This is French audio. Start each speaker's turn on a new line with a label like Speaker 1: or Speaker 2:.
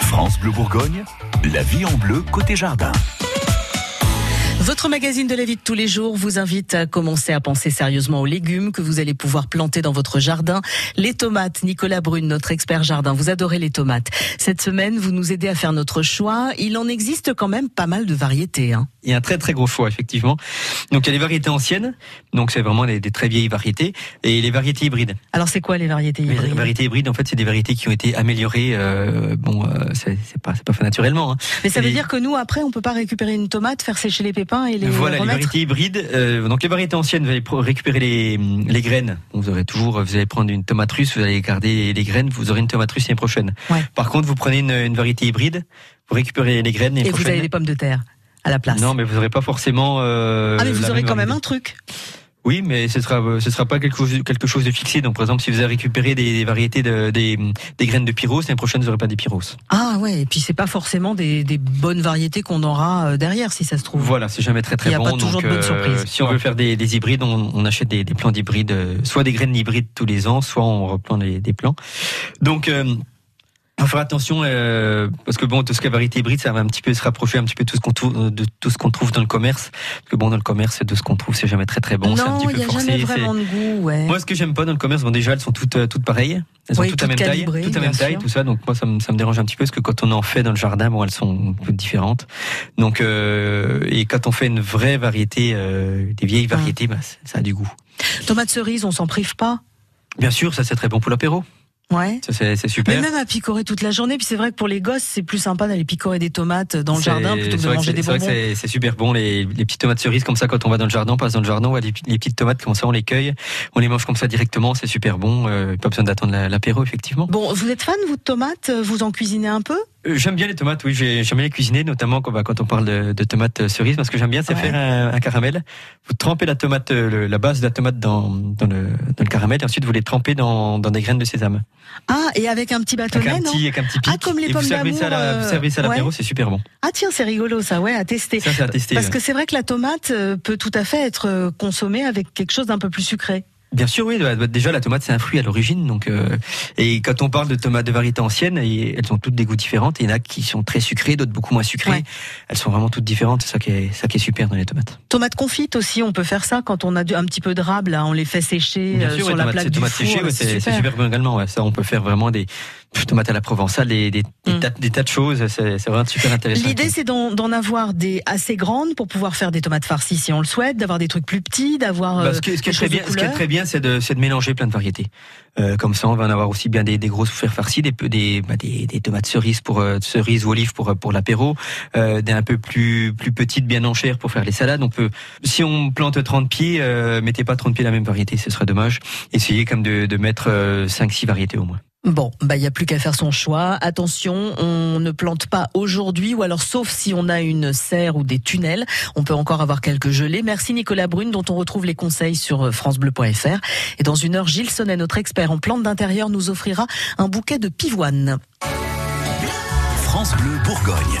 Speaker 1: France Bleu Bourgogne, la vie en bleu côté jardin.
Speaker 2: Votre magazine de la vie de tous les jours vous invite à commencer à penser sérieusement aux légumes que vous allez pouvoir planter dans votre jardin. Les tomates, Nicolas Brune, notre expert jardin, vous adorez les tomates. Cette semaine, vous nous aidez à faire notre choix. Il en existe quand même pas mal de variétés. hein.
Speaker 3: Il y a un très très gros choix effectivement. Donc il y a les variétés anciennes, donc c'est vraiment des, des très vieilles variétés, et les variétés hybrides.
Speaker 2: Alors c'est quoi les variétés
Speaker 3: Les
Speaker 2: hybrides
Speaker 3: variétés hybrides, en fait, c'est des variétés qui ont été améliorées. euh, bon, euh, c'est c'est pas c'est pas fait naturellement. hein.
Speaker 2: Mais ça veut
Speaker 3: les-
Speaker 2: dire que nous, après, on peut pas récupérer une tomate, faire sécher les pépins et les
Speaker 3: voilà les
Speaker 2: remettre
Speaker 3: variétés hybrides. euh, donc les variétés anciennes, vous allez pro- récupérer les, les graines. Bon, vous aurez toujours, vous allez prendre une tomate russe, vous allez garder les graines, vous aurez une tomate russe l'année prochaine.
Speaker 2: Ouais.
Speaker 3: Par contre, vous prenez une, une variété hybride, vous récupérez les graines l'année
Speaker 2: Et vous
Speaker 3: prochaine.
Speaker 2: avez des pommes de terre à la place.
Speaker 3: Non, mais vous n'aurez pas forcément. euh,
Speaker 2: ah mais vous
Speaker 3: la
Speaker 2: aurez quand
Speaker 3: variété.
Speaker 2: même un truc.
Speaker 3: Oui, mais ce sera euh, ce sera pas quelque chose quelque chose de fixé. Donc par exemple, si vous avez récupéré des, des variétés de, des des graines de pyros, l'année prochaine vous n'aurez pas des pyros.
Speaker 2: Ah ouais, et puis c'est pas forcément des, des bonnes variétés qu'on aura euh, derrière si ça se trouve.
Speaker 3: Voilà, c'est jamais très très
Speaker 2: Il y a
Speaker 3: bon.
Speaker 2: pas toujours
Speaker 3: donc, euh,
Speaker 2: de bonnes surprises.
Speaker 3: Si on veut faire des, des hybrides, on, on achète des, des plants d'hybrides, euh, soit des graines hybrides tous les ans, soit on reprend des, des plants. Donc euh, faut faire attention euh, parce que bon tout ce qui est variété hybride ça va un petit peu se rapprocher un petit peu de tout ce qu'on trouve de tout ce qu'on trouve dans le commerce parce que bon dans le commerce de ce qu'on trouve c'est jamais très très bon c'est un
Speaker 2: non,
Speaker 3: petit
Speaker 2: il
Speaker 3: peu
Speaker 2: n'y a
Speaker 3: forcé
Speaker 2: jamais
Speaker 3: c'est-
Speaker 2: vraiment de goût. Ouais.
Speaker 3: Moi, ce que j'aime pas dans le commerce, bon, déjà, elles sont toutes, euh, toutes pareilles. Elles sont
Speaker 2: Oui,
Speaker 3: toutes, à
Speaker 2: toutes
Speaker 3: même
Speaker 2: calibrées,
Speaker 3: taille. Toutes à
Speaker 2: bien
Speaker 3: même taille,
Speaker 2: sûr.
Speaker 3: tout ça. Donc, moi, ça me, ça me dérange un petit peu parce que quand on en fait dans le jardin, bon, elles sont un peu différentes. Donc, euh, et quand on fait une vraie variété, euh, des vieilles
Speaker 2: Ah.
Speaker 3: variétés, bah, c- ça a du goût.
Speaker 2: Tomates cerises, on s'en prive pas.
Speaker 3: Bien sûr, ça, c'est très bon pour l'apéro.
Speaker 2: Ouais.
Speaker 3: Ça, c'est c'est
Speaker 2: Mais
Speaker 3: super.
Speaker 2: même à picorer toute la journée, puis c'est vrai que pour les gosses, c'est plus sympa d'aller picorer des tomates dans le
Speaker 3: C'est-
Speaker 2: jardin plutôt que
Speaker 3: c'est
Speaker 2: de
Speaker 3: vrai
Speaker 2: manger
Speaker 3: c'est-
Speaker 2: des
Speaker 3: c'est vrai que
Speaker 2: bonbons.
Speaker 3: c'est- C'est super bon, les, les petites tomates cerises comme ça, quand on va dans le jardin, on passe dans le jardin, on voit les, p- les petites tomates comme ça, on les cueille, on les mange comme ça directement, c'est super bon, euh, pas besoin d'attendre la- l'apéro, effectivement.
Speaker 2: Bon, vous êtes fan, vous, de tomates Vous en cuisinez un peu
Speaker 3: Euh, J'aime bien les tomates, oui, j'ai- j'aime bien les cuisiner, notamment quand, bah, quand on parle de, de tomates euh, cerises, parce que j'aime bien, c'est
Speaker 2: Ouais.
Speaker 3: faire un, un caramel. Vous trempez la tomate, euh, le- la base de la tomate dans, dans, le, dans le caramel, et ensuite vous les trempez dans, dans des graines de sésame.
Speaker 2: Ah, et avec un petit
Speaker 3: Avec
Speaker 2: bâtonnet,
Speaker 3: un
Speaker 2: non
Speaker 3: petit, avec un petit pic.
Speaker 2: Ah, comme les
Speaker 3: et vous
Speaker 2: pommes
Speaker 3: servez ça, à la-
Speaker 2: d'amour,
Speaker 3: vous servez ça à
Speaker 2: euh,
Speaker 3: l'apéro,
Speaker 2: ouais.
Speaker 3: c'est super bon.
Speaker 2: Ah tiens, c'est rigolo ça, ouais, à tester.
Speaker 3: Ça, c'est à tester.
Speaker 2: Parce
Speaker 3: ouais.
Speaker 2: que c'est vrai que la tomate euh, peut tout à fait être euh, consommée avec quelque chose d'un peu plus sucré.
Speaker 3: Bien sûr, oui. bah, bah, Déjà, la tomate, c'est un fruit à l'origine. Donc, euh, et quand on parle de tomates de variété ancienne, et- elles ont toutes des goûts différents. Il y en a qui sont très sucrées, d'autres beaucoup moins sucrées.
Speaker 2: Ouais.
Speaker 3: Elles sont vraiment toutes différentes. C'est ça qui est, ça qui est super dans les tomates.
Speaker 2: Tomates confites aussi, on peut faire ça quand on a du- un petit peu de rab, là, on les fait sécher
Speaker 3: Bien
Speaker 2: euh, sur
Speaker 3: sûr, ouais,
Speaker 2: la
Speaker 3: tomates-
Speaker 2: plaque
Speaker 3: c'est
Speaker 2: du
Speaker 3: tomates
Speaker 2: four,
Speaker 3: séchées, ouais, c'est c'est super bon également. ouais. Ça, on peut faire vraiment des pff, tomates à la provençale, des, des, des
Speaker 2: Mm.
Speaker 3: tas, des tas de choses. C'est c'est vraiment super intéressant.
Speaker 2: L'idée, c'est d'en d'en avoir des assez grandes pour pouvoir faire des tomates farcies si on le souhaite, d'avoir des trucs plus petits, d'avoir
Speaker 3: Bah,
Speaker 2: euh,
Speaker 3: ce, qui, ce qui
Speaker 2: des
Speaker 3: est très
Speaker 2: choses de
Speaker 3: bien, ce qui est
Speaker 2: couleur.
Speaker 3: très bien, c'est de, c'est de mélanger plein de variétés. Euh, comme ça, on va en avoir aussi bien des, des grosses soufères farcies, des, peu- des, bah, des, des tomates cerises pour euh, cerises ou olives pour euh, pour l'apéro, euh, des un peu plus plus petites bien en chair pour faire les salades. On peut, si on plante 30 pieds, euh, mettez pas 30 pieds la même variété, ce serait dommage. Essayez comme de, de mettre 5-6 variétés au moins.
Speaker 2: Bon, bah il y a plus qu'à faire son choix. Attention, on ne plante pas aujourd'hui ou alors sauf si on a une serre ou des tunnels, on peut encore avoir quelques gelées. Merci Nicolas Brune dont on retrouve les conseils sur euh, francebleu.fr et dans une heure Gilles Sonnet notre expert en plantes d'intérieur nous offrira un bouquet de pivoine.
Speaker 1: France Bleu Bourgogne.